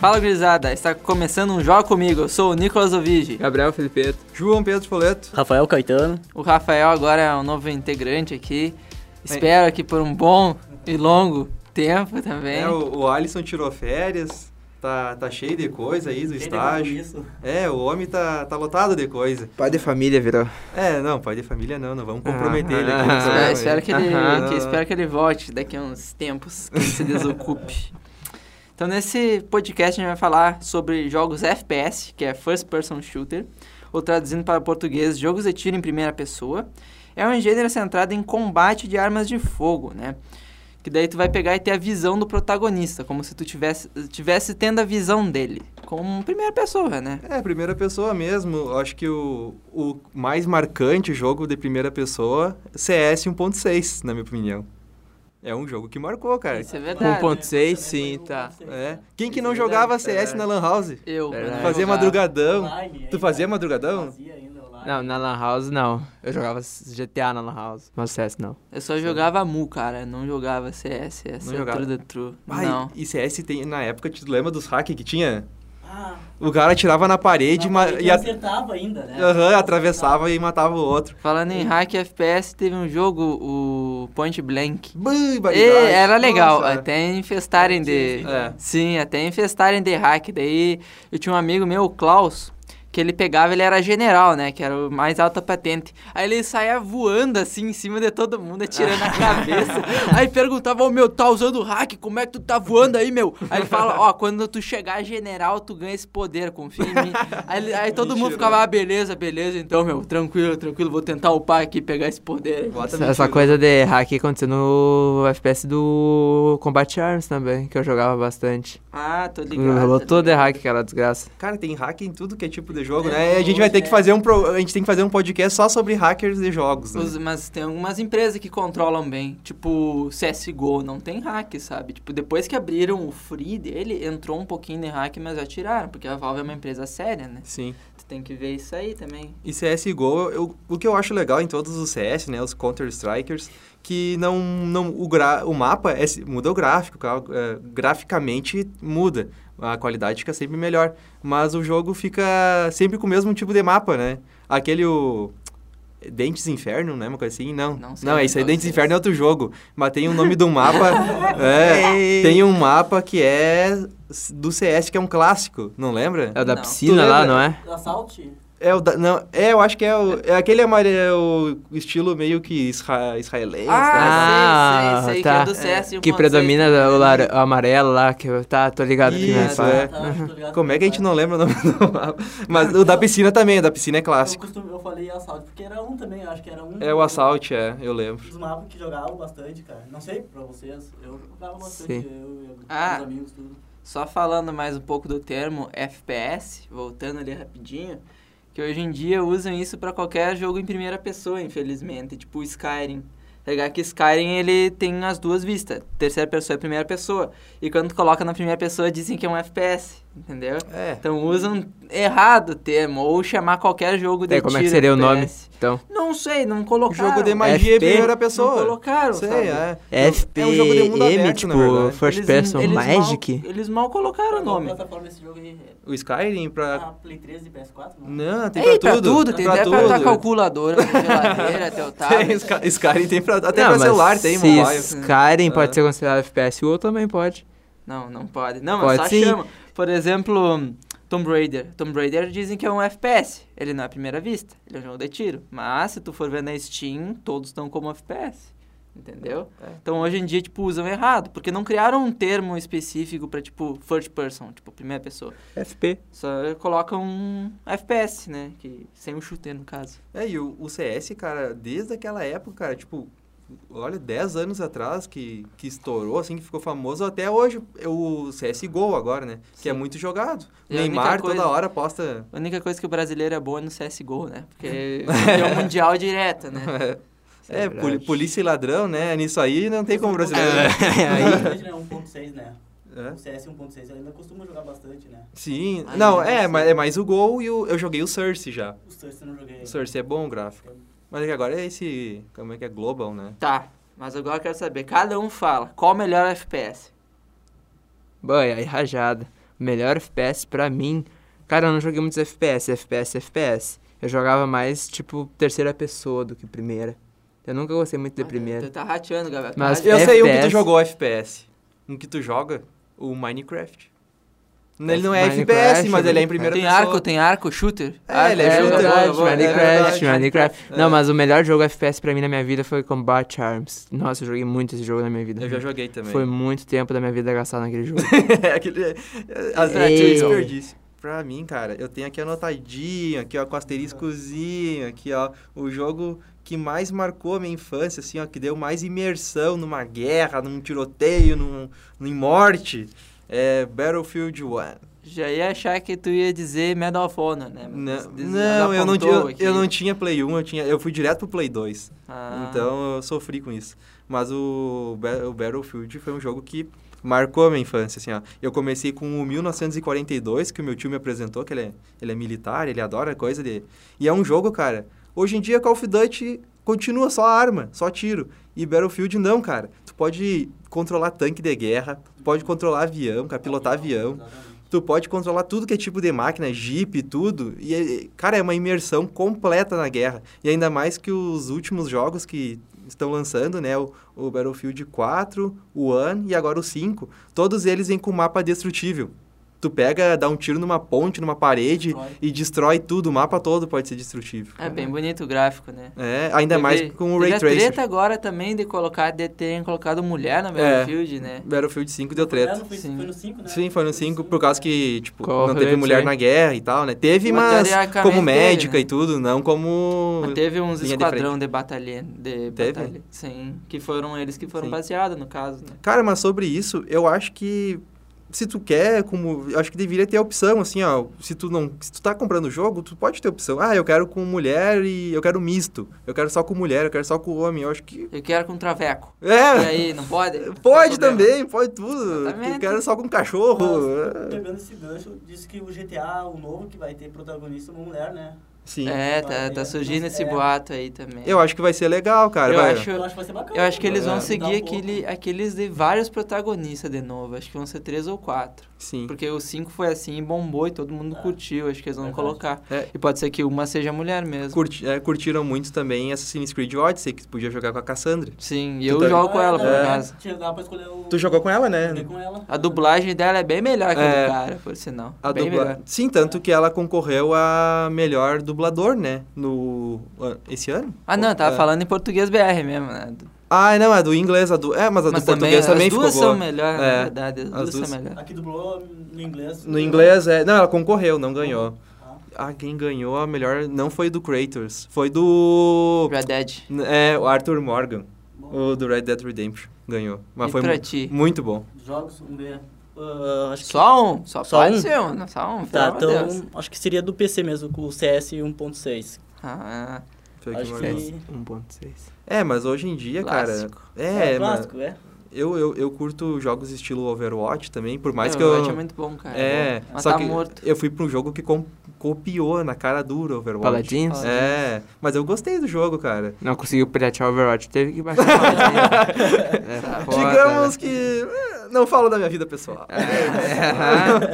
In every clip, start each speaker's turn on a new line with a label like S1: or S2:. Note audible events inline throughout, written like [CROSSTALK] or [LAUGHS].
S1: Fala, gurizada. Está começando um Joga Comigo. Eu sou o Nicolas Ovigi.
S2: Gabriel Felipeto. João Pedro Poleto.
S3: Rafael Caetano.
S1: O Rafael agora é um novo integrante aqui. Espero que por um bom e longo tempo também.
S2: É, o, o Alisson tirou férias. Tá, tá cheio de coisa aí do estágio. É, o homem tá, tá lotado de coisa.
S4: Pai de família virou.
S2: É, não, pai de família não, não vamos comprometer ele aqui. no
S4: ah,
S2: programa
S1: espero,
S2: aí.
S1: espero que ele,
S2: Aham.
S1: que- espero que ele volte daqui a uns tempos, que ele se desocupe. Então, nesse podcast, a gente vai falar sobre jogos FPS, que é First Person Shooter, ou traduzindo para português, jogos de tiro em primeira pessoa. É um gênero centrado em combate de armas de fogo, né? Que daí tu vai pegar e ter a visão do protagonista, como se tu tivesse, tivesse tendo a visão dele, como primeira pessoa, né?
S2: É, primeira pessoa mesmo. Acho que o, o mais marcante jogo de primeira pessoa, CS 1.6, na minha opinião. É um jogo que marcou, cara.
S1: Isso é verdade.
S4: 1.6, sim, tá.
S2: É. Quem que não jogava CS na Lan House?
S1: Eu,
S4: Verdade.
S1: né,
S2: É Fazia
S1: jogar.
S2: madrugadão. Tu fazia madrugadão?
S4: Não, na Lan House não. Eu jogava GTA na Lan House, mas CS não.
S2: Tá
S1: Eu só jogava Mu, cara, não jogava CS, essa é
S2: Não jogava?
S1: true da true.
S2: Ai,
S1: não.
S2: E CS tem, na época, te lembra dos hacks que tinha? O cara atirava na parede, ma- Ah, e a-
S5: acertava ainda, né?
S2: Aham, atravessava e matava o outro.
S1: Falando
S2: Hum.
S1: em hack FPS, teve um jogo, o Point Blank.
S2: Bum,
S1: E
S2: barbaridade.
S1: era legal,
S2: Nossa.
S1: até infestarem de.
S2: É.
S1: Sim, até infestarem de hack. Daí eu tinha um amigo meu, o Klaus, que ele pegava, ele era general, né? Que era o mais alta patente. Aí ele saía voando assim em cima de todo mundo, atirando [LAUGHS] a cabeça. Aí perguntava, ô meu, tá usando hack? Como é que tu tá voando aí, meu? Aí ele fala, ó, quando tu chegar general, tu ganha esse poder, confia em [LAUGHS] mim. Aí, ele- aí todo mundo
S2: Mentira.
S1: ficava, ah, beleza, beleza, então, meu, tranquilo, tranquilo, vou tentar upar aqui, pegar esse poder.
S2: Bota
S4: Essa,
S2: mentira.
S4: coisa de hack aconteceu no FPS do Combat Arms também, que eu jogava bastante.
S1: Ah, tô ligado.
S4: Rolou
S1: tô
S4: todo
S1: ligado.
S4: hack aquela desgraça.
S2: Cara, tem hack em tudo que é tipo de jogo, né? A gente vai
S1: é.
S2: ter que fazer um pro- a gente tem que fazer um podcast só sobre hackers de jogos, né?
S1: Os- mas tem algumas empresas que controlam bem. Tipo, CSGO não tem hack, sabe? Tipo, depois que abriram o free dele, entrou um pouquinho de hack, mas já tiraram, porque a Valve é uma empresa séria, né?
S2: Sim.
S1: Tu tem que ver isso aí também.
S2: E CSGO, eu, o que eu acho legal em todos os CS, né? Os Counter-Strikers, que não. não o, gra, o mapa é, muda o gráfico, ca- é, graficamente muda. A qualidade fica sempre melhor. Mas o jogo fica sempre com o mesmo tipo de mapa, né? Aquele. O, Dentes Inferno, né? Uma coisa assim? Não.
S1: Não
S2: Não,
S1: sei
S2: é isso aí.
S1: qual
S2: Dentes
S1: seja.
S2: Inferno é outro jogo. Mas tem o nome do mapa. é, tem um mapa que é do CS, que é um clássico. Não lembra?
S4: É o da
S1: Não.
S4: piscina
S2: Tu
S4: lá,
S2: lembra?
S4: não é?
S5: Assault?
S2: É o da, não, é, eu acho que é o é aquele amarelo estilo meio que isra, israelense, né?
S1: Ah,
S4: Ah,
S1: sei, sei, sei,
S4: tá.
S1: que é do CS 1.6
S4: Que predomina
S1: também,
S4: o,
S1: né?
S4: lar- o amarelo lá, que eu- tá, tô ligado que vai
S2: Isso,
S4: falar.
S5: Tá,
S2: é. Como é que a gente não lembra o nome do mapa? Mas o da piscina também, o da piscina é
S5: Eu,
S2: clássico.
S5: costumo, eu falei assalto, porque era um também, eu acho que era um.
S2: É o assalto, é, eu lembro.
S5: Dos mapas que jogavam bastante, cara. Não sei pra vocês, eu jogava bastante,
S4: Sim.
S5: eu e
S1: Ah.
S5: meus amigos, tudo.
S1: Só falando mais um pouco do termo FPS, voltando ali rapidinho, que hoje em dia usam isso pra qualquer jogo em primeira pessoa, infelizmente, tipo Skyrim. Pegar que Skyrim ele tem as duas vistas, terceira pessoa e primeira pessoa. E quando tu coloca na primeira pessoa dizem que é um FPS, entendeu?
S2: É.
S1: Então usam errado o termo ou chamar qualquer jogo de
S4: Daí, como é que
S1: tiro
S4: seria o nome?
S1: FPS.
S4: Então,
S1: Não sei, não colocaram.
S2: Jogo de magia em
S4: FP?
S2: primeira
S1: Não
S2: pessoa.
S1: colocaram,
S2: Sei,
S1: sabe?
S2: é.
S3: FPM,
S2: É um jogo de mundo aberto, na
S3: tipo,
S2: verdade.
S3: First
S1: Eles-
S3: Person
S1: eles mal-
S3: Magic.
S1: eles mal colocaram o
S5: Qual
S1: nome.
S5: plataforma esse jogo aí? É
S2: O Skyrim pra
S5: pra Play 3 e PS4?
S2: Não,
S1: Tem
S2: tem
S1: Ah. Ei,
S2: pra
S1: pra
S2: tudo.
S1: tudo, tem até pra tua calculadora, pra geladeira,
S2: [LAUGHS]
S1: teu
S2: Tem
S1: tablet.
S2: Sky- Skyrim tem pra até
S4: não,
S2: pra
S4: mas
S2: celular tem,
S4: se
S2: mobile.
S4: Skyrim pode
S2: É.
S4: ser considerado FPS, o outro também pode.
S1: Não, não pode. Não, mas
S4: Pode
S1: só
S4: sim.
S1: chama. Por exemplo, Tomb Raider. Tomb Raider dizem que é um FPS. Ele não é à primeira vista, ele é um jogo de tiro. Mas se tu for ver na Steam, todos estão como FPS. Entendeu?
S2: É.
S1: Então hoje em dia, tipo, usam errado. Porque não criaram um termo específico pra, tipo, first person, tipo, primeira pessoa.
S4: FP.
S1: Só colocam um FPS, né? Que, sem o chute, no caso.
S2: É, e o, o CS, cara, desde aquela época, cara, tipo, olha, 10 anos atrás que, que estourou, assim, que ficou famoso, até hoje é o CSGO agora, né? Que é
S1: Sim.
S2: muito jogado.
S1: E a única
S2: Neymar
S1: coisa-
S2: toda hora posta. [LAUGHS]
S1: A única coisa que o brasileiro é bom é no CSGO, né?
S4: [LAUGHS]
S1: Porque é o Mundial direto, né?
S2: É,
S4: é
S2: poli-
S4: verdade.
S2: polícia e ladrão, né? Nisso aí não tem como brasileiro.
S1: É.
S2: né?
S4: [LAUGHS]
S5: Aí. 1.6, né?
S2: É.
S5: O CS 1.6 eu ainda costumo jogar bastante, né?
S2: Sim.
S1: Aí eu
S2: não,
S1: não
S2: é,
S1: sei.
S2: mas é mais o gol e o, eu joguei o Source já.
S5: Os dois eu não joguei.
S2: O Source é bom o gráfico. Mas é que agora é esse. Como é que é? Global, né?
S1: Tá, mas agora eu quero saber, cada um fala, qual o melhor FPS?
S4: Boy, aí rajada. Melhor FPS pra mim. Cara, eu não joguei muitos FPS, FPS, FPS. Eu jogava mais, tipo, terceira pessoa do que primeira. Eu nunca gostei muito de primeira.
S1: Tu tá rateando, Gabriel. tu
S4: Mas
S1: tá
S2: Eu sei um que tu
S4: FPS.
S2: jogou FPS. Um que tu joga, o Minecraft. Ele não é
S4: Minecraft,
S2: FPS, mas ele é em
S4: né?
S2: primeira
S1: Tem
S2: pessoa.
S1: arco, tem arco, shooter.
S2: É,
S1: Arco,
S2: ele é
S1: shooter,
S2: verdade,
S1: boa, boa,
S2: é
S4: Minecraft,
S2: verdade, É.
S4: Minecraft.
S2: Minecraft.
S4: Não, mas o melhor jogo FPS pra mim na minha vida foi Combat Arms. Nossa, eu joguei muito esse jogo na minha vida.
S2: Eu já joguei também. [LAUGHS] É
S4: Foi muito tempo da minha vida gastado naquele jogo.
S2: Aquele, às vezes
S4: Ei.
S2: desperdício. Pra mim, cara, eu tenho aqui anotadinho, aqui ó, com asteriscozinho, aqui ó, o jogo que mais marcou a minha infância, assim ó, que deu mais imersão numa guerra, num tiroteio, num, num morte, é Battlefield 1.
S1: Já ia achar que tu ia dizer Medal of Honor, né? Mas
S2: Não,
S1: des-
S2: não, eu, não,
S1: apontou
S2: eu,
S1: aqui.
S2: eu não tinha Play 1, eu, tinha, eu fui direto pro Play 2,
S1: Ah.
S2: então eu sofri com isso. Mas o, Ba- o Battlefield foi um jogo que marcou a minha infância, assim, ó. Eu comecei com o 1942, que o meu tio me apresentou, que ele é, ele é militar, ele adora coisa de... E é um jogo, cara, hoje em dia Call of Duty continua só arma, só tiro. E Battlefield não, cara. Tu pode controlar tanque de guerra, tu pode controlar avião, cara, é pilotar avião. Tu pode controlar tudo que é tipo de máquina, jeep, tudo. E, é- cara, é uma imersão completa na guerra. E ainda mais que os últimos jogos que estão lançando, né? O, o Battlefield 4, o One e agora o 5. Todos eles vêm com mapa destrutível. Tu pega, dá um tiro numa ponte, numa parede
S5: Destrói.
S2: e destrói tudo. O mapa todo pode ser destrutível.
S1: É bem bonito o gráfico, né?
S2: É, ainda mais
S1: Teve-
S2: com o Ray
S1: teve a
S2: Tracer.
S1: treta agora também de colocar, de terem colocado mulher na
S2: É.
S1: Battlefield, né?
S2: Battlefield 5 deu treta.
S5: Foi,
S1: Sim.
S5: foi no 5, né?
S2: Sim, foi no 5, por causa que, tipo,
S4: Qual
S2: não teve
S4: relevante
S2: mulher
S4: aí?
S2: na guerra e tal, né? Teve, mas
S1: Materialmente
S2: como
S1: teve,
S2: médica
S1: né?
S2: e tudo, não como...
S1: Mas Teve uns
S2: linha de
S1: esquadrão de, batalha, de
S2: Teve?
S1: batalha, sim, que foram eles que foram
S2: Sim.
S1: baseados no caso, né?
S2: Cara, mas sobre isso, eu acho que se tu quer, como, eu acho que deveria ter a opção, assim, ó, se tu não, se tu tá comprando o jogo, tu pode ter a opção. Ah, eu quero com mulher e eu quero misto. Eu quero só com mulher, eu quero só com homem. Eu acho que
S1: Eu quero com traveco. E
S2: [LAUGHS] é,
S1: aí, não pode?
S2: pode
S1: Não tem problema.
S2: também, pode tudo. Eu
S1: Exatamente.
S2: quero só com cachorro.
S5: Mas,
S2: é.
S5: pegando esse gancho, disse que o GTA, o novo, que vai ter protagonista uma mulher, né?
S2: Sim.
S1: É, tá,
S5: Vai,
S1: tá
S5: é.
S1: surgindo esse
S5: É.
S1: boato aí também.
S2: Eu acho que vai ser legal, cara.
S1: Eu
S2: vai.
S1: acho-
S5: Eu acho que vai ser bacana.
S1: Eu acho que eles vão
S2: É.
S1: seguir
S5: Mudar um pouco.
S1: aquele, aqueles de vários protagonistas de novo. Acho que vão ser três ou quatro.
S2: Sim.
S1: Porque o cinco foi assim e bombou e todo mundo
S5: É.
S1: curtiu. Acho que eles vão
S5: Verdade.
S1: colocar.
S2: É.
S1: E pode ser que uma seja mulher mesmo.
S2: Curti- é, curtiram muito também Assassin's Creed Odyssey, que tu podia jogar com a Cassandra.
S1: Sim, e
S2: Tu
S1: eu
S2: tá-
S1: jogo com ela, por
S2: É.
S1: acaso.
S5: Tinha dá pra escolher o.
S2: Tu jogou com ela, né?
S5: Joguei com ela.
S1: A dublagem dela é bem melhor que a
S2: É.
S1: do cara, por sinal.
S2: A
S1: bem
S2: dubla-
S1: melhor.
S2: Sim, tanto que ela concorreu a melhor dublador, né? No... an- Esse ano?
S1: Ah, não, eu tava
S2: É.
S1: falando em português BR mesmo, né? Do-
S2: Ah, não, a do inglês, a do... É, mas a
S1: Mas
S2: do português também,
S1: as duas
S2: ficou
S1: são
S2: boa.
S1: melhores,
S2: É,
S1: na verdade. As,
S2: as
S1: duas,
S2: duas.
S1: são melhores.
S5: Aqui dublou no inglês.
S2: No inglês, é... Não, ela concorreu, não ganhou.
S5: Ah.
S2: Ah, quem ganhou a melhor não foi do Kratos, foi do...
S1: Red Dead.
S2: É, o Arthur Morgan,
S5: Bom.
S2: o do Red Dead Redemption, ganhou. Mas
S1: E
S2: foi
S1: pra
S2: mu-
S1: ti?
S2: muito bom.
S5: Jogos, vamos ver. Ah, acho que.
S1: Só um? Só,
S5: Só
S1: pode
S5: um?
S1: ser um, não, só um.
S5: Tá,
S1: pelo amor de
S5: então
S1: Deus.
S5: acho que seria do PC mesmo, com o CS 1.6.
S1: Ah,
S2: Foi
S5: Acho
S2: o
S5: que-
S2: ganhou.
S4: 1.6.
S2: É, mas hoje em dia,
S1: Clássico.
S2: cara... É,
S5: é
S2: mas
S5: clássico, é?
S2: eu, eu, eu curto jogos estilo Overwatch também, por mais
S1: é,
S2: que
S1: o
S2: eu...
S1: Overwatch é muito bom, cara.
S2: É,
S1: mas
S2: só
S1: tá
S2: que [LAUGHS]
S1: morto.
S2: eu fui pra um jogo que com- copiou na cara dura o Overwatch.
S4: Paladins?
S2: É, mas eu gostei do jogo, cara.
S4: Não conseguiu piratear o Overwatch, teve que baixar o
S2: [LAUGHS]
S4: Paladins. é, foda,
S2: Digamos
S4: né?
S2: que... eh, Não falo da minha vida pessoal.
S4: É.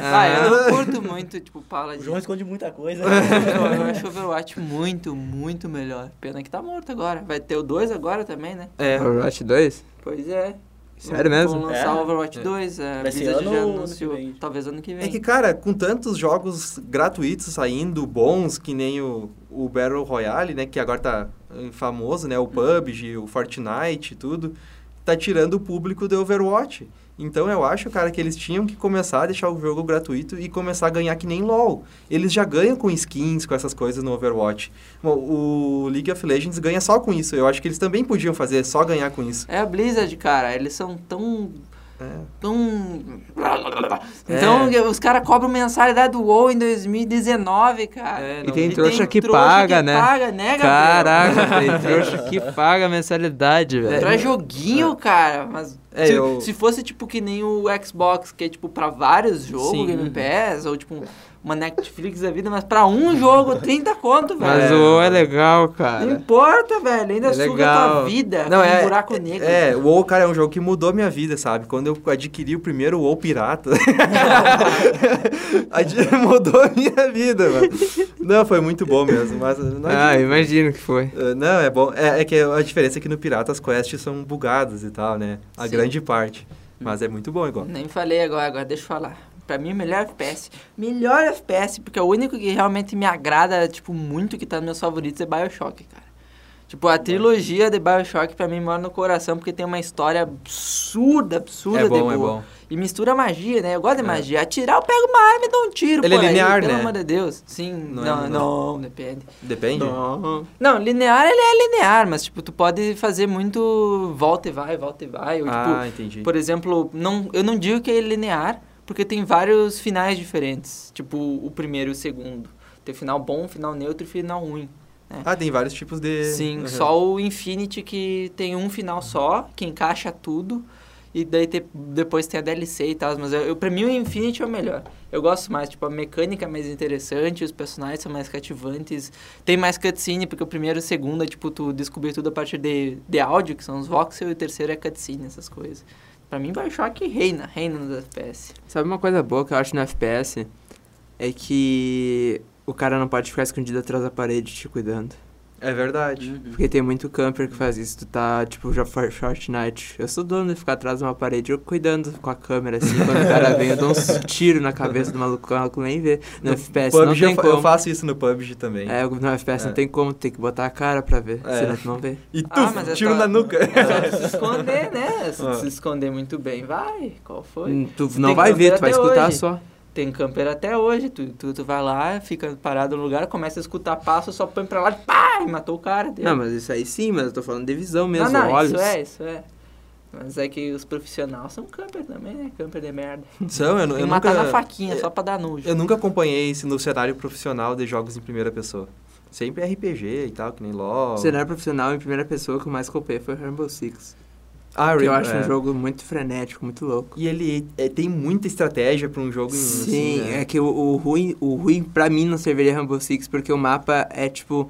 S1: Ah, eu não curto muito, tipo,
S5: O
S1: Paladin.
S5: João né? esconde muita
S1: [LAUGHS]
S5: coisa.
S1: Eu, eu acho Overwatch muito, muito melhor. Pena que tá morto agora. Vai ter o 2 agora também, né?
S2: É,
S4: Overwatch 2?
S1: Pois é.
S4: Sério
S1: Vão-
S4: mesmo?
S1: Vão lançar
S5: É?
S1: o Overwatch
S2: É.
S1: 2. A
S5: Vai ser
S1: Blizzard já
S5: ano ou ano que
S1: anunciou.
S5: vem?
S1: Talvez ano que vem.
S2: é que, cara, com tantos jogos gratuitos saindo, bons, que nem o, o Battle Royale, né? Que agora tá eh, famoso,
S1: Uhum.
S2: né? O PUBG, o Fortnite e tudo. Tá tirando o público do Overwatch. Então eu acho, cara, que eles tinham que começar a deixar o jogo gratuito e começar a ganhar que nem LoL. Eles já ganham com skins, com essas coisas no Overwatch. Bom, O League of Legends ganha só com isso. Eu acho que eles também podiam fazer só ganhar com isso.
S1: É a Blizzard, cara. Eles são tão.
S2: É.
S1: Tão. Então, os caras cobram mensalidade do WoW em 2019, cara.
S2: É,
S4: E
S2: não-
S4: tem
S1: E
S4: trouxa
S1: tem
S4: que
S1: trouxa
S4: paga,
S1: que
S4: né?
S1: Paga, né, Gabriel?
S4: Caraca, tem trouxa que paga mensalidade, velho.
S1: Traz joguinho, cara. Mas
S2: É,
S1: se,
S2: eu-
S1: se fosse tipo que nem o Xbox, que é tipo pra vários jogos,
S4: Sim.
S1: Game Pass, ou tipo uma Netflix da vida, mas pra um jogo, 30 conto,
S4: Mas
S1: velho.
S4: o WoW é legal,
S1: Não
S4: cara.
S1: importa, velho, ainda
S4: É
S1: suga a tua
S4: legal.
S1: vida
S2: Não,
S1: com
S2: é-
S1: um buraco negro.
S2: É, o WoW, cara, é um jogo que mudou minha vida, sabe? Quando eu adquiri o primeiro WoW pirata, [LAUGHS] adi- [LAUGHS] mudou a minha vida, mano. Não, foi muito bom mesmo, mas... Não
S4: Ah,
S2: adianta.
S4: imagino que foi.
S2: Uh, Não, é bom. É, é que a diferença é que no Pirata as quests são bugadas e tal, né? A
S1: Sim. Hum.
S2: grande parte. Mas é muito bom igual.
S1: Nem falei agora, agora deixa eu falar. Pra mim, o melhor FPS. Melhor FPS, porque é o único que realmente me agrada, tipo, muito que tá nos meus favoritos é Bioshock, cara. Tipo, a trilogia de Bioshock pra mim mora no coração, porque tem uma história absurda, absurda
S2: É bom,
S1: de
S2: é
S1: boa.
S2: bom.
S1: E mistura magia, né? Eu gosto de
S2: É.
S1: magia. Atirar, eu pego uma arma e dou um tiro.
S2: Ele é
S1: pô, aí,
S2: linear,
S1: Pelo
S2: né?
S1: amor de Deus. Sim,
S2: Não
S1: não,
S2: é-
S1: não,
S2: não.
S1: depende.
S2: Depende?
S4: Não.
S1: Não, linear ele é linear, mas tipo, tu pode fazer muito volta e vai, volta e vai. Ou, tipo,
S2: Ah, entendi.
S1: por exemplo, não, eu não digo que é linear, porque tem vários finais diferentes. Tipo, o primeiro e o segundo. Tem final bom, final neutro e final ruim.
S2: Ah, tem vários tipos de.
S1: Sim,
S2: Uhum.
S1: só o Infinity que tem um final só, que encaixa tudo. E daí te- depois tem a DLC e tal, mas eu, eu, pra mim o Infinity é o melhor. Eu gosto mais, tipo, a mecânica é mais interessante, os personagens são mais cativantes. Tem mais cutscene, porque o primeiro e o segundo é, tipo, tu descobrir tudo a partir de, de áudio, que são os voxel, e o terceiro é cutscene, essas coisas. Pra mim, Bioshock reina, reina nos FPS.
S2: [LAUGHS]
S4: Sabe uma coisa boa que eu acho no FPS? É que o cara não pode ficar escondido atrás da parede te cuidando.
S2: É verdade.
S1: Uhum.
S4: Porque tem muito camper que faz isso. Tu tá, tipo, já for Fortnite. Eu sou dono de ficar atrás de uma parede, eu cuidando com a câmera, assim. Quando o cara vem, eu
S1: [LAUGHS]
S4: dou uns tiros na cabeça do maluco, o maluco nem vê. No, FPS não
S2: PUBG
S4: tem
S2: eu, fa-
S4: como.
S2: eu faço isso no PUBG também.
S4: É, no FPS
S2: É.
S4: não tem como, tem que botar a cara pra ver,
S2: É.
S4: senão tu não vê.
S2: E tu,
S1: Ah, mas é
S2: tiro
S1: só-
S2: na nuca.
S1: É
S2: [LAUGHS]
S1: só tu se esconder, né? Se
S2: Ah.
S1: tu se esconder muito bem, vai. Qual foi?
S4: Hum, Tu
S1: Tem
S4: não vai
S1: câmera
S4: ver, tu vai
S1: até
S4: escutar
S1: hoje.
S4: só.
S1: Tem camper até hoje, tu, tu, tu vai lá, fica parado no lugar, começa a escutar passo, só põe pra lá, pá, e matou o cara. deu.
S4: Não, mas isso aí sim, mas eu tô falando de visão mesmo,
S1: não, não,
S4: olhos.
S1: isso é, isso é. Mas é que os profissionais são camper também, né? Camper de merda.
S2: São, eu, nu-
S1: Tem
S2: eu
S1: que matar
S2: nunca.
S1: na faquinha,
S2: eu-
S1: só pra dar nojo.
S2: Eu nunca acompanhei esse no cenário profissional de jogos em primeira pessoa. Sempre RPG e tal, que nem LOL.
S4: O cenário profissional em primeira pessoa que eu mais copei foi Rainbow Six.
S2: Ah,
S4: Que eu
S2: Rainbow-
S4: acho
S2: é.
S4: um jogo muito frenético, muito louco.
S2: E ele é, tem muita estratégia pra um jogo em-
S4: Sim,
S2: assim, né?
S4: é que o, o ruim, o ruim pra mim não serviria Rainbow Six, porque o mapa é tipo.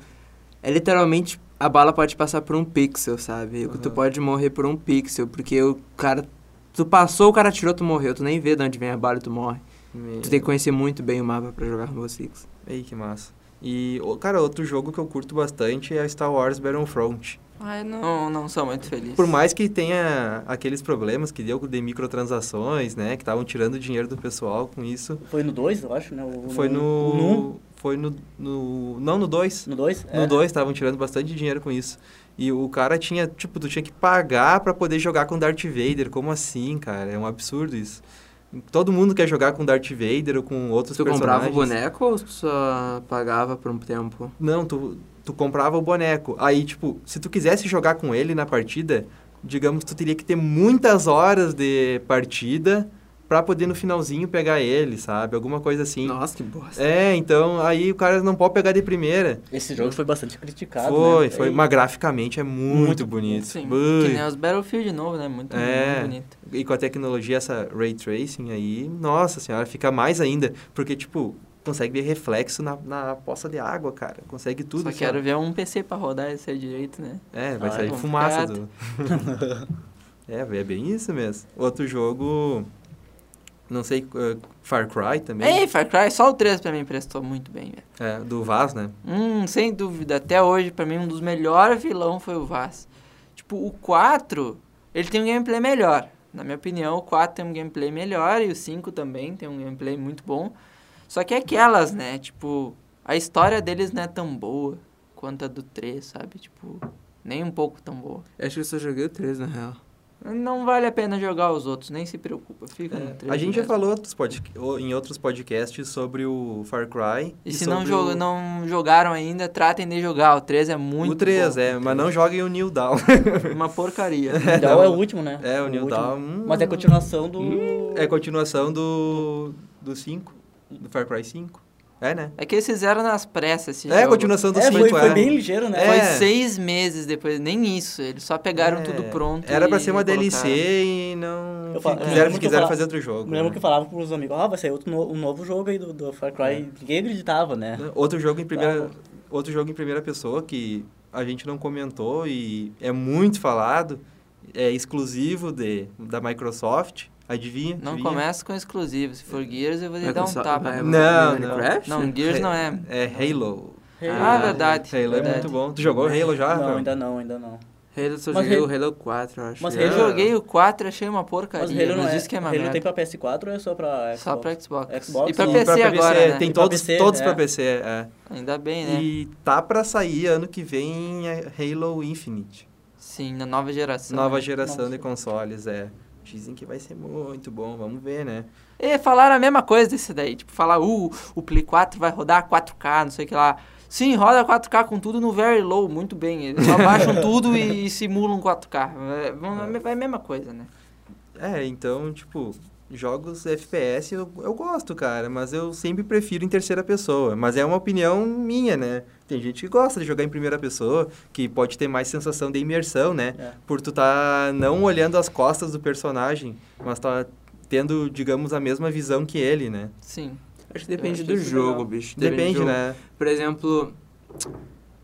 S4: É literalmente. A bala pode passar por um pixel, sabe?
S2: Aham.
S4: Tu pode morrer por um pixel, porque o cara. Tu passou, o cara atirou, tu morreu. Tu nem vê de onde vem a bala e tu morre.
S2: Me-
S4: é. Tu tem que conhecer muito bem o mapa pra jogar Rainbow Six.
S2: Ei, que massa. E, ô, cara, outro jogo que eu curto bastante é Star Wars Battlefront.
S1: Ai, não, não sou muito feliz.
S2: Por mais que tenha aqueles problemas que deu de microtransações, né? Que estavam tirando dinheiro do pessoal com isso.
S5: Foi no 2, eu acho, né? O-
S2: Foi
S5: o num,
S2: no... Foi no... no não, no 2.
S5: No É. 2?
S4: É.
S2: No 2 estavam tirando bastante dinheiro com isso. E o cara tinha... Tipo, tu tinha que pagar pra poder jogar com Darth Vader. Como assim, cara? É um absurdo isso. Todo mundo quer jogar com Darth Vader ou com outros
S4: Tu
S2: personagens.
S4: comprava o boneco ou só pagava por um tempo?
S2: Não, tu, tu comprava o boneco. Aí, tipo, se tu quisesse jogar com ele na partida, digamos, tu teria que ter muitas horas de partida pra poder no finalzinho pegar ele, sabe? Alguma coisa assim.
S4: Nossa, que bosta.
S2: É, então aí o cara não pode pegar de primeira.
S5: Esse jogo foi bastante criticado,
S2: foi,
S5: né?
S2: foi. Mas graficamente é muito,
S5: Muito
S2: bonito.
S1: Sim,
S2: Ui.
S1: que nem os Battlefield de novo, né? Muito,
S2: É.
S1: muito bonito.
S2: E com a tecnologia, essa ray tracing aí, nossa senhora, fica mais ainda. Porque, tipo, consegue ver reflexo na, na poça de água, cara. Consegue tudo.
S1: só
S2: assim, ó.
S1: quero ver um PC pra rodar isso aí direito, né?
S2: É, vai
S5: Ah, é
S2: sair
S1: [LAUGHS]
S2: fumaça do... é, é bem isso mesmo. Outro jogo, não sei, eh, Far Cry também.
S1: Ei, Far Cry, só o 3 pra mim prestou muito bem, velho.
S2: É, do Vaz, né?
S1: Hum, sem dúvida. Até hoje, pra mim, um dos melhores vilões foi o Vaz. Tipo, o 4, ele tem um gameplay melhor. Na minha opinião, o 4 tem um gameplay melhor e o 5 também tem um gameplay muito bom. Só que é aquelas, né? Tipo, a história deles não é tão boa quanto a do 3, sabe? Tipo, nem um pouco tão boa.
S4: Eu É, acho que eu só joguei o 3, na real.
S1: Não vale a pena jogar os outros, nem se preocupa. Fica no 3
S2: É, a gente já
S1: mesmo.
S2: falou outros pod- o- em outros podcasts sobre o Far Cry.
S1: E se não,
S2: sobre
S1: joga-
S2: o...
S1: não jogaram ainda, tratem de jogar. O 3 é muito
S2: o 3,
S1: bom.
S2: é, mas não joguem o New Down.
S1: [LAUGHS] Uma porcaria.
S2: [LAUGHS]
S5: O Down é o último, né?
S2: É, o New
S5: último.
S2: Down... hum,
S5: Mas é a continuação do...
S2: É a continuação do, do 5, do Far Cry 5. É, né?
S1: É que eles fizeram nas pressas esse
S2: é a
S1: jogo.
S2: continuação do
S5: É,
S2: Saints
S5: foi,
S2: Row.
S5: foi bem ligeiro, né?
S2: É.
S1: Foi seis meses depois, nem isso. Eles só pegaram
S2: É,
S1: tudo pronto.
S2: Era pra
S1: e
S2: ser uma DLC
S1: colocaram.
S2: e não.
S5: Eu falo- eu
S2: quiseram
S5: lembro que eu
S2: quiseram
S5: falava-
S2: fazer outro jogo.
S5: Eu lembro que
S2: né?
S5: eu falava pros amigos, ah, vai sair outro no- um novo jogo aí do, do Far Cry.
S2: É.
S5: Ninguém acreditava, né?
S2: Outro jogo em primeira.
S5: Tá.
S2: Outro jogo em primeira pessoa que a gente não comentou e é muito falado. É exclusivo de, da Microsoft. Adivinha?
S1: Não
S2: Adivinha?
S1: começa com exclusivo. Se for
S2: É.
S1: Gears, eu vou
S4: É
S1: lhe dar um
S4: Microsoft-
S1: tapa.
S4: vai-
S1: Não,
S2: Não, não.
S4: Minecraft?
S1: Gears não é.
S2: É Halo.
S1: Ah,
S4: Ah,
S1: verdade.
S2: Halo é
S1: verdade.
S2: muito bom. Tu jogou Halo já?
S5: Não,
S2: Rafael?
S5: ainda não, ainda não.
S4: Halo só
S5: Mas
S4: joguei
S5: Halo-
S4: o Halo 4, eu acho.
S5: Mas
S1: Eu
S5: Halo-
S1: joguei o 4 e achei uma
S5: Mas
S1: porcaria.
S5: Halo
S1: Mas,
S5: não é.
S1: isso que é uma
S5: Halo tem
S1: merda.
S5: pra PS4 ou é só pra Xbox?
S1: Só pra Xbox.
S5: Xbox,
S1: E pra
S5: sim.
S2: E
S1: PC
S2: pra
S1: agora,
S2: PC,
S1: né?
S2: Tem
S5: E pra
S2: todos,
S5: PC,
S2: todos
S5: é.
S2: pra PC. é.
S1: Ainda bem, né?
S2: E tá pra sair ano que vem é Halo Infinite.
S1: Sim, na nova geração.
S2: Nova
S1: né?
S2: geração de
S5: Nossa.
S2: consoles, é. Dizem que vai ser muito bom, vamos ver, né?
S1: E É, falaram a mesma coisa desse daí. Tipo, falar, uh, o Play 4 vai rodar 4K, não sei o que lá. Sim, roda 4K com tudo no very low, muito bem. Eles só baixam tudo e, e simulam 4K. É, vão- é a mesma coisa, né?
S2: É, então, tipo, jogos FPS eu, eu gosto, cara, mas eu sempre prefiro em terceira pessoa. Mas é uma opinião minha, né? Tem gente que gosta de jogar em primeira pessoa, que pode ter mais sensação de imersão, né?
S5: É.
S2: Por tu tá não olhando as costas do personagem, mas tá tendo, digamos, a mesma visão que ele, né?
S1: Sim.
S4: Acho que depende
S1: Eu acho
S4: do
S1: isso
S4: jogo,
S1: legal.
S4: bicho.
S2: Depende,
S4: Tipo, do jogo.
S2: né?
S4: Por exemplo,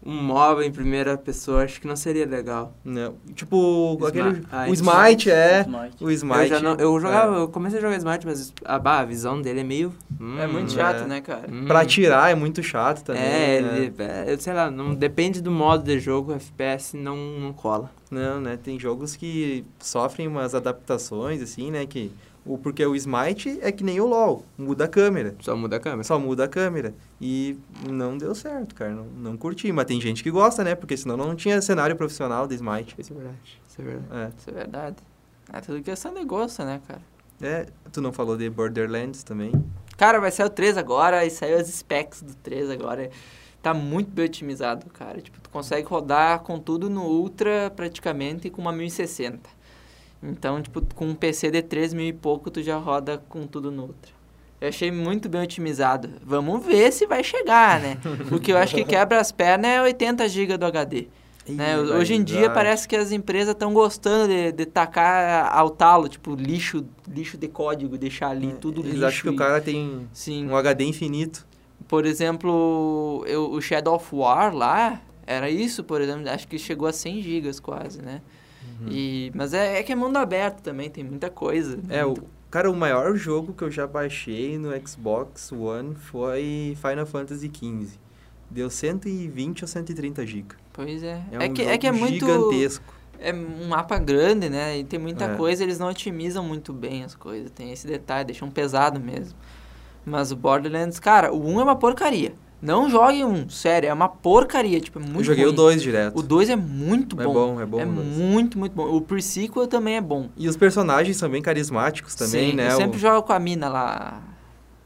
S4: um MOBA em primeira pessoa acho que não seria legal.
S2: Não. Tipo,
S4: Smi-
S2: aquele.
S4: Ah,
S2: o Smite, é.
S5: Smite.
S2: O Smite.
S4: eu já não, eu jogava, eu comecei a jogar Smite, mas a, bah, a visão dele é meio... hum,
S1: é muito
S2: é.
S1: chato, né, cara?
S4: hum.
S2: Pra tirar é muito chato também.
S4: É,
S2: né?
S4: ele, é, sei lá, não, depende do modo de jogo, o FPS não, não cola.
S2: Não, né? Tem jogos que sofrem umas adaptações, assim, né? Que... O, porque o Smite é que nem o LoL, muda a câmera.
S4: Só muda a câmera.
S2: Só muda a câmera. E não deu certo, cara. Não, não curti. Mas tem gente que gosta, né? Porque senão não tinha cenário profissional de Smite.
S4: Isso é verdade, isso é verdade.
S2: É.
S1: Isso é verdade. É tudo questão de gosto, né, cara?
S2: É, tu não falou de Borderlands também?
S1: Cara, vai sair o 3 agora e saiu as specs do 3 agora. Tá muito bem otimizado, cara. Tipo, tu consegue rodar com tudo no Ultra praticamente com uma 1060. Então, tipo, com um PC de 3 mil e pouco, tu já roda com tudo no Ultra. Eu achei muito bem otimizado. Vamos ver se vai chegar, né? O que eu acho que quebra as pernas é 80 GB do HD. né?
S2: Ih,
S1: Hoje em dia
S2: barbaridade.
S1: parece que as empresas estão gostando de, de tacar ao talo, tipo, lixo, lixo de código, deixar ali tudo
S2: Eles
S1: um lixo.
S2: acham É, que o
S1: e-
S2: cara tem
S1: Sim.
S2: um HD infinito.
S1: Por exemplo, eu- o Shadow of War lá, era isso, por exemplo, acho que chegou a 100 gigas quase, né?
S2: Uhum.
S1: E, mas é, é que é mundo aberto também, tem muita coisa. né?
S2: É, o, cara, o maior jogo que eu já baixei no Xbox One foi Final Fantasy XV. Deu 120 ou 130 GB.
S1: Pois é.
S2: É,
S1: É,
S2: um
S1: que,
S2: jogo
S1: é que é muito.
S2: gigantesco.
S1: É um mapa grande, né? E tem muita
S2: É.
S1: coisa, eles não otimizam muito bem as coisas. Tem esse detalhe, deixam pesado mesmo. Mas o Borderlands, cara, o 1 é uma porcaria. Não joguem um, sério, é uma porcaria. Tipo, é muito
S2: eu joguei
S1: ruim.
S2: o 2 direto.
S1: O 2 é muito
S2: é
S1: bom.
S2: bom, é bom.
S1: é
S2: o dois.
S1: muito, muito bom. O pre-sequel também é bom.
S2: E os personagens são bem carismáticos também,
S1: Sim,
S2: né?
S1: Eu
S2: O-
S1: sempre jogo com a mina lá.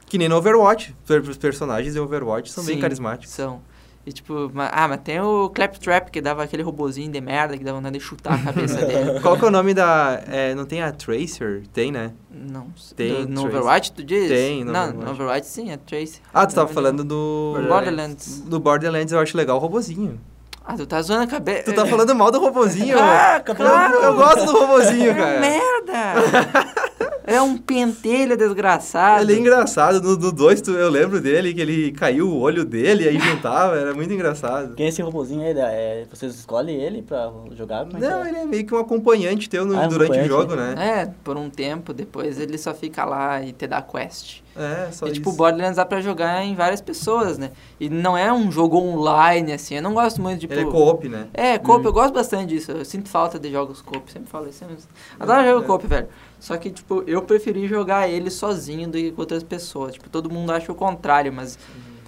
S2: Que nem no Overwatch. Os personagens de Overwatch são bem
S1: Sim,
S2: carismáticos.
S1: São. E tipo, ma- ah, mas tem o Claptrap que dava aquele robozinho de merda que dava vontade de chutar a cabeça
S2: [LAUGHS]
S1: dele.
S2: Qual que é o nome da... é, não tem a Tracer? Tem, né?
S1: Não, sei.
S2: Tem
S1: Do- no
S2: Trace.
S1: Overwatch tu diz?
S2: Tem no
S1: Não,
S2: Overwatch.
S1: no Overwatch sim, é Trace.
S2: Ah, tu
S1: Não
S2: tava
S1: me
S2: falando do...
S1: lembro. Borderlands.
S2: Do Borderlands eu acho legal o robozinho.
S1: Ah, tu tá zoando a cabeça.
S2: Tu tá falando mal do robozinho,
S1: Ah,
S2: Eu-
S1: claro!
S2: Eu, gosto do
S1: [LAUGHS] É
S2: robozinho,
S1: uma
S2: cara.
S1: merda!
S2: [LAUGHS]
S1: é um pentelho desgraçado.
S2: Ele é engraçado. No 2, eu lembro dele, que ele caiu o olho dele, aí juntava, era muito engraçado.
S5: Quem é esse robozinho aí? É, é- vocês escolhem ele pra jogar? Como é que
S2: Não,
S5: é?
S2: ele é meio que um acompanhante teu no-
S5: Ah,
S2: durante o
S5: acompanhante,
S2: jogo, né?
S1: É, por um tempo, depois ele só fica lá e te dá quest.
S2: É, só
S1: e, tipo, o
S2: isso.
S1: Borderlands dá pra jogar em várias pessoas, né? E não é um jogo online, assim. Eu não gosto muito de.
S2: Ele é co-op, né?
S1: É, coop, eu gosto bastante disso. Eu sinto falta de jogos coop, sempre falo isso. Sempre... Adoro jogo coop, velho. Só que, tipo, eu preferi jogar ele sozinho do que com outras pessoas. Tipo, todo mundo acha o contrário, mas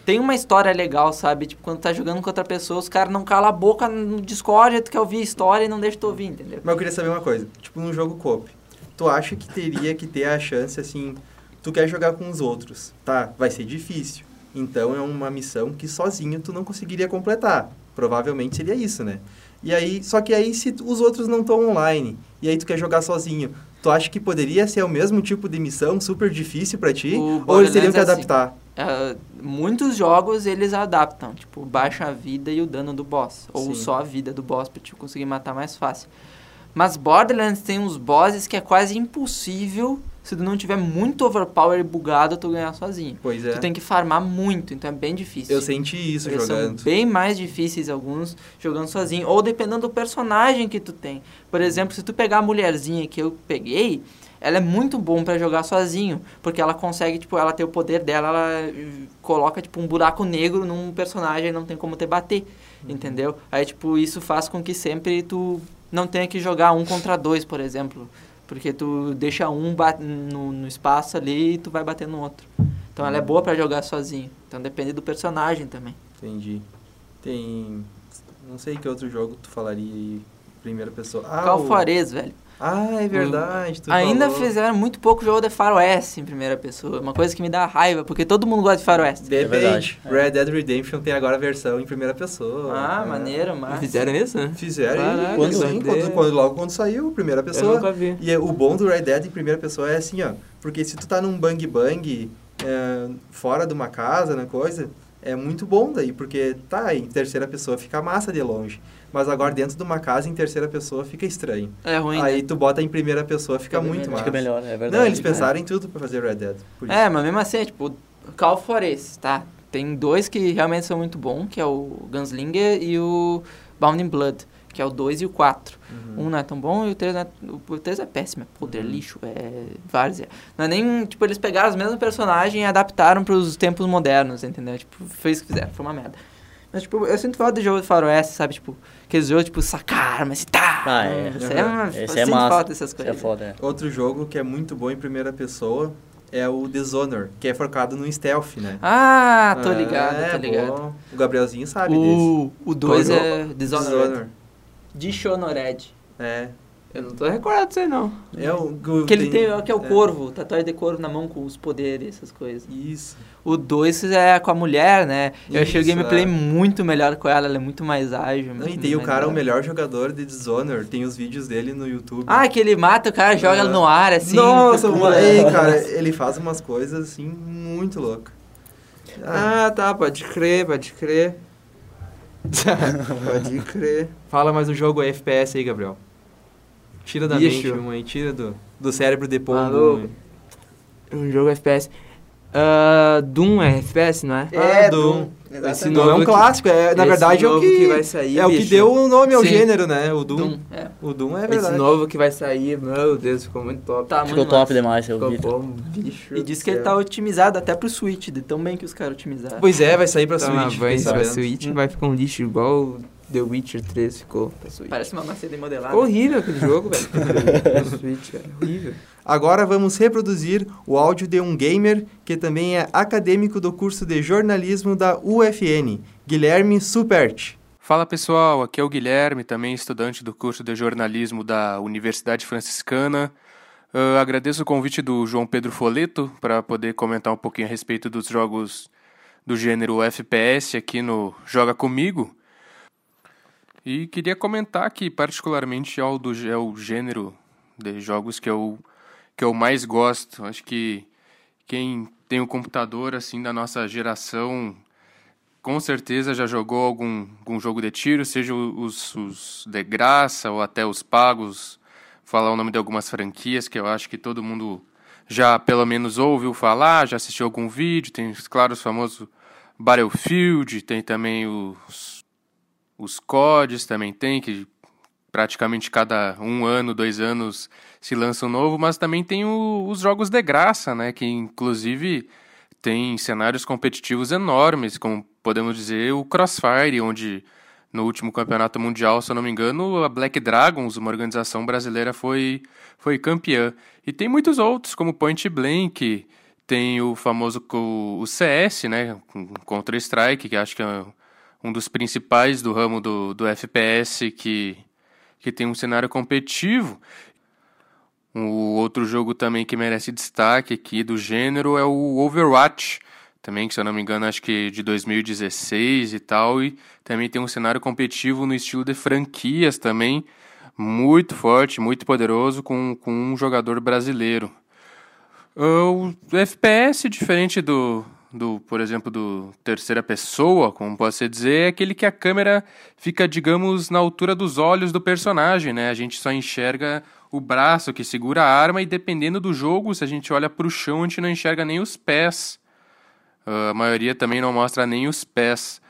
S1: tem uma história legal, sabe? Tipo, quando tá jogando com outra pessoa, os caras não calam a boca no Discord, tu quer ouvir a história e não deixa tu ouvir, entendeu?
S2: Mas eu queria saber uma coisa. Tipo, num jogo co-op, tu acha que teria que ter a chance, assim... Tu quer jogar com os outros, tá? Vai ser difícil. Então, é uma missão que sozinho tu não conseguiria completar. Provavelmente seria isso, né? E aí... Só que aí, se tu- os outros não estão online, e aí tu quer jogar sozinho, tu acha que poderia ser o mesmo tipo de missão super difícil pra ti?
S1: O
S2: ou eles teriam
S1: Borderlands
S2: que
S1: é assim.
S2: adaptar?
S1: ah, muitos jogos eles adaptam, tipo, baixa a vida e o dano do boss. Ou
S2: Sim.
S1: só a vida do boss pra te conseguir matar mais fácil. Mas Borderlands tem uns bosses que é quase impossível se tu não tiver muito overpower e bugado tu ganhar sozinho.
S2: Pois é.
S1: Tu tem que farmar muito, então é bem difícil.
S2: Eu senti isso
S1: Eles
S2: jogando.
S1: são bem mais difíceis alguns jogando sozinho, ou dependendo do personagem que tu tem. Por exemplo, se tu pegar a mulherzinha que eu peguei, ela é muito bom pra jogar sozinho, porque ela consegue, tipo, ela tem o poder dela, ela eh, coloca tipo um buraco negro num personagem, não tem como te bater,
S2: Uhum.
S1: entendeu? Aí tipo isso faz com que sempre tu não tenha que jogar um contra dois, por exemplo, porque tu deixa um ba- no, no espaço ali e tu vai bater no outro. Então ela é boa pra jogar sozinho. Então depende do personagem também.
S2: Entendi. Tem. Não sei que outro jogo tu falaria aí, primeira pessoa. Ah, o-
S1: Calforez, velho.
S2: Ah, é verdade. tu
S1: Ainda
S2: falou.
S1: fizeram muito pouco jogo de faroeste em primeira pessoa. Uma coisa que me dá raiva, porque todo mundo gosta de faroeste.
S2: Depende.
S3: verdade.
S2: Red Dead Redemption tem agora a versão em primeira pessoa.
S1: Ah,
S2: É.
S1: maneiro, mas...
S4: Fizeram isso, né?
S2: Fizeram
S4: Caraca,
S2: e- quando,
S4: isso
S2: sim,
S4: é
S2: quando-
S4: de-
S2: quando- logo quando saiu, primeira
S4: Eu
S2: pessoa.
S4: nunca vi.
S2: E é- o bom do Red Dead em primeira pessoa é assim, ó. Porque se tu tá num bang bang é, fora de uma casa, na coisa, é muito bom daí, porque tá, em terceira pessoa fica massa de longe. Mas agora dentro de uma casa, em terceira pessoa, fica estranho.
S1: É ruim, né?
S2: Aí tu bota em primeira pessoa, fica
S1: Fica
S2: muito
S1: bem
S2: massa.
S3: Fica melhor, é verdade.
S2: Não, eles pensaram em tudo pra fazer Red Dead. Por isso.
S1: É, mas mesmo assim, é tipo, Calforez, tá? Tem dois que realmente são muito bons, que é o Gunslinger e o Bound in Blood, que é o 2 e o 4.
S2: Uhum.
S1: Um não é tão bom e o 3 é, o 3 é péssimo, é poder
S3: Uhum.
S1: lixo, é várzea. Não é nem, tipo, eles pegaram os mesmos personagens e adaptaram pros tempos modernos, entendeu? Tipo, fez o que fizeram, foi uma merda. Mas, tipo, eu sinto falta de jogo de faroeste, sabe? Tipo, aqueles jogos, tipo, sacar, mas tá!
S3: Ah, é.
S1: Isso aí é uma-
S3: Esse
S1: eu
S3: é
S1: sinto
S3: massa.
S1: falta dessas
S3: Isso é
S1: coisas.
S3: foda, é.
S2: Outro jogo que é muito bom em primeira pessoa é o Dishonor, que é focado no stealth, né?
S1: ah, tô ligado,
S2: É,
S1: tô ligado.
S2: bom. O Gabrielzinho sabe desse.
S1: O, o 2
S2: Qual
S1: é Dishonored. Dishonored.
S2: É.
S4: Eu não tô recordado disso aí, não.
S2: É o
S1: Que ele tem, que é o
S2: é.
S1: corvo, tatuagem de corvo na mão com os poderes, essas coisas.
S2: Isso.
S1: O 2 é com a mulher, né? Eu achei o
S2: Isso,
S1: gameplay
S2: é.
S1: muito melhor com ela, ela é muito mais ágil.
S2: Não, e
S1: muito
S2: tem o
S1: mais
S2: cara, o
S1: ágil.
S2: melhor jogador de Dishonored, tem os vídeos dele no YouTube.
S1: Ah, que ele mata o cara, joga ele no ar, assim. [LAUGHS]
S2: Nossa,
S1: procura.
S2: mano, ei, cara, ele faz umas coisas assim muito loucas. Ah,
S4: Ah, tá, pode crer, pode crer.
S2: [LAUGHS]
S4: pode crer.
S2: fala mais um jogo FPS aí, Gabriel. Tira da
S4: Bicho.
S2: mente um aí, tira do, do cérebro de pombo.
S4: Maluco.
S2: um aí.
S4: Um jogo FPS. Ah, Doom é FPS, não é?
S2: É, Doom. Esse não é um clássico, é, na verdade é o que,
S4: vai sair,
S2: é o que
S4: bicho.
S2: deu o nome ao
S1: Sim.
S2: gênero, né? O Doom.
S1: Dum, é.
S2: O Doom é
S4: Esse
S2: verdade.
S4: novo que vai sair, meu Deus, ficou muito top.
S1: Tá
S3: Ficou
S1: muito
S3: top
S1: massa.
S3: demais, eu
S4: Ficou
S3: vi.
S4: bom, bicho.
S1: E diz que
S4: do
S1: ele tá
S4: céu.
S1: otimizado até pro Switch, de tão bem que os caras otimizaram.
S2: Pois é, vai sair pra
S4: Tá
S2: Switch.
S4: na
S2: fiquei
S4: Vans pra
S2: sabendo.
S4: Switch, vai ficar um lixo igual o The Witcher 3 ficou pra Switch.
S1: Parece uma maceta modelada.
S4: Ficou horrível aquele
S1: [LAUGHS]
S4: jogo, velho. pra Switch, velho. Horrível.
S2: Agora vamos reproduzir o áudio de um gamer que também é acadêmico do curso de jornalismo da UFN, Guilherme Supert.
S6: Fala pessoal, aqui é o Guilherme, também estudante do curso de jornalismo da Universidade Franciscana. Ah, agradeço o convite do João Pedro Foleto para poder comentar um pouquinho a respeito dos jogos do gênero FPS aqui no Joga Comigo. E queria comentar que, particularmente, é o, do, é o gênero de jogos que eu, que eu mais gosto. Acho que quem tem um computador assim da nossa geração com certeza já jogou algum, algum jogo de tiro, seja o- os, os de graça ou até os pagos. Falar o nome de algumas franquias que eu acho que todo mundo já pelo menos ouviu falar, já assistiu algum vídeo. Tem, claro, os famosos Battlefield, tem também os, os CODs, também tem, que praticamente cada um ano, dois anos se lança um novo, mas também tem o- os jogos de graça, né? Que inclusive tem cenários competitivos enormes, como podemos dizer o Crossfire, onde no último campeonato mundial, se eu não me engano, a Black Dragons, uma organização brasileira, foi, foi campeã. E tem muitos outros, como Point Blank, tem o famoso co- o CS, né, com- Counter-Strike, que acho que é um dos principais do ramo do, do FPS que, que tem um cenário competitivo. O Um outro jogo também que merece destaque aqui do gênero é o Overwatch, também que se eu não me engano acho que é de 2016 e tal, e também tem um cenário competitivo no estilo de franquias também, muito forte, muito poderoso, com, com um jogador brasileiro. Ah, O FPS, diferente do, do, por exemplo, do terceira pessoa, como pode se dizer, é aquele que a câmera fica, digamos, na altura dos olhos do personagem, né? A gente só enxerga o braço que segura a arma e dependendo do jogo, se a gente olha para o chão, a gente não enxerga nem os pés. Ah, a maioria também não mostra nem os pés.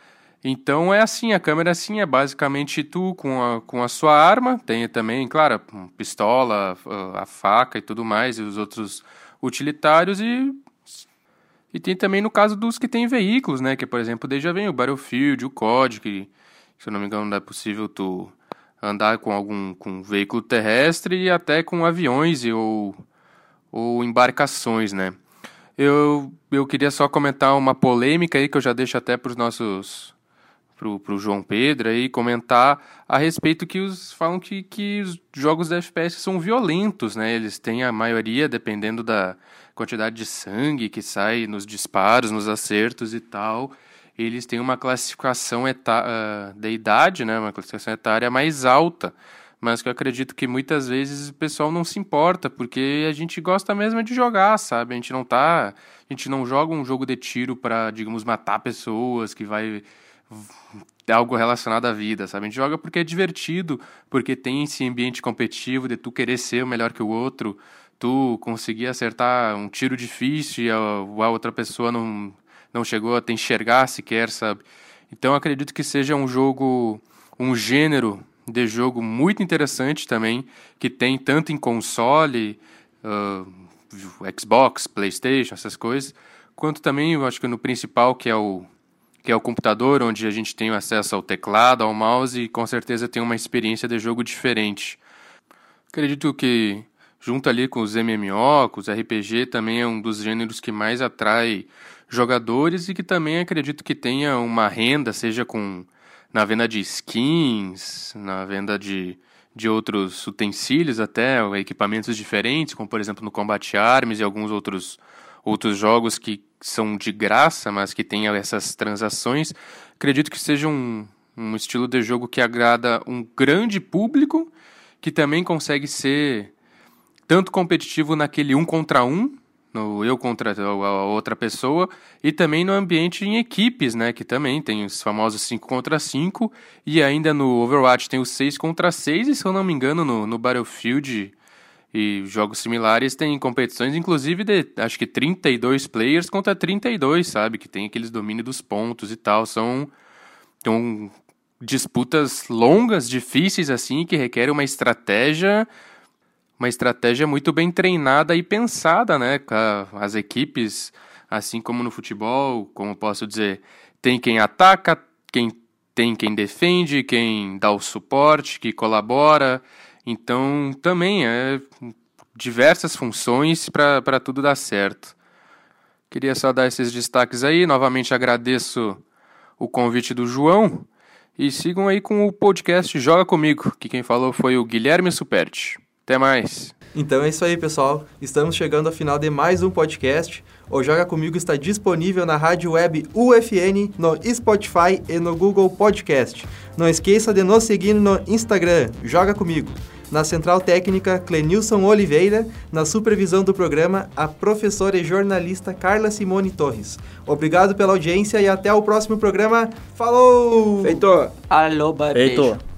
S6: Então é assim, a câmera é assim, é basicamente tu com a, com a sua arma, tem também, claro, pistola, ah, a, a faca e tudo mais, e os outros utilitários, e, e tem também no caso dos que têm veículos, né, que por exemplo, desde já vem o Battlefield, o COD, que se eu não me engano não é possível tu andar com algum com um veículo terrestre e até com aviões e, ou, ou embarcações, né. Eu, eu queria só comentar uma polêmica aí que eu já deixo até para os nossos pro, pro João Pedro aí comentar a respeito que os falam que, que os jogos da FPS são violentos, né? Eles têm a maioria, dependendo da quantidade de sangue que sai nos disparos, nos acertos e tal. Eles têm uma classificação eta ah, da idade, né? Uma classificação etária mais alta. Mas que eu acredito que muitas vezes o pessoal não se importa, porque a gente gosta mesmo é de jogar, sabe? A gente não tá. A gente não joga um jogo de tiro para digamos, matar pessoas que vai é algo relacionado à vida, sabe? A gente joga porque é divertido, porque tem esse ambiente competitivo de tu querer ser o melhor que o outro, tu conseguir acertar um tiro difícil e a, a outra pessoa não, não chegou a te enxergar sequer, sabe? Então eu acredito que seja um jogo, um gênero de jogo muito interessante também, que tem tanto em console, ah, Xbox, Playstation, essas coisas, quanto também, eu acho que no principal, que é o que é o computador, onde a gente tem acesso ao teclado, ao mouse e com certeza tem uma experiência de jogo diferente. Acredito que, junto ali com os MMO, com os RPG, também é um dos gêneros que mais atrai jogadores e que também acredito que tenha uma renda, seja com na venda de skins, na venda de, de outros utensílios até, ou equipamentos diferentes, como por exemplo no Combat Arms e alguns outros outros jogos que são de graça, mas que têm essas transações, acredito que seja um, um estilo de jogo que agrada um grande público, que também consegue ser tanto competitivo naquele um contra um, no eu contra a a outra pessoa, e também no ambiente em equipes, né, que também tem os famosos 5 contra 5, e ainda no Overwatch tem os 6 contra 6, e se eu não me engano no, no Battlefield e jogos similares têm competições, inclusive, de acho que 32 players contra 32, sabe? Que tem aqueles domínio dos pontos e tal. São, são disputas longas, difíceis, assim, que requerem uma estratégia. Uma estratégia muito bem treinada e pensada, né? Ca- As equipes, assim como no futebol, como eu posso dizer, tem quem ataca, quem tem quem defende, quem dá o suporte, que colabora. Então, também é diversas funções para tudo dar certo. Queria só dar esses destaques aí. Novamente agradeço o convite do João. E sigam aí com o podcast Joga Comigo, que quem falou foi o Guilherme Superti. Até mais!
S2: Então é isso aí, pessoal. Estamos chegando ao final de mais um podcast. O Joga Comigo está disponível na rádio web UFN, no Spotify e no Google Podcast. Não esqueça de nos seguir no Instagram, Joga Comigo. Na Central Técnica, Clenilson Oliveira. Na supervisão do programa, a professora e jornalista Carla Simone Torres. Obrigado pela audiência e até o próximo programa. Falou!
S1: Alô, Barbejo.
S3: Heitor.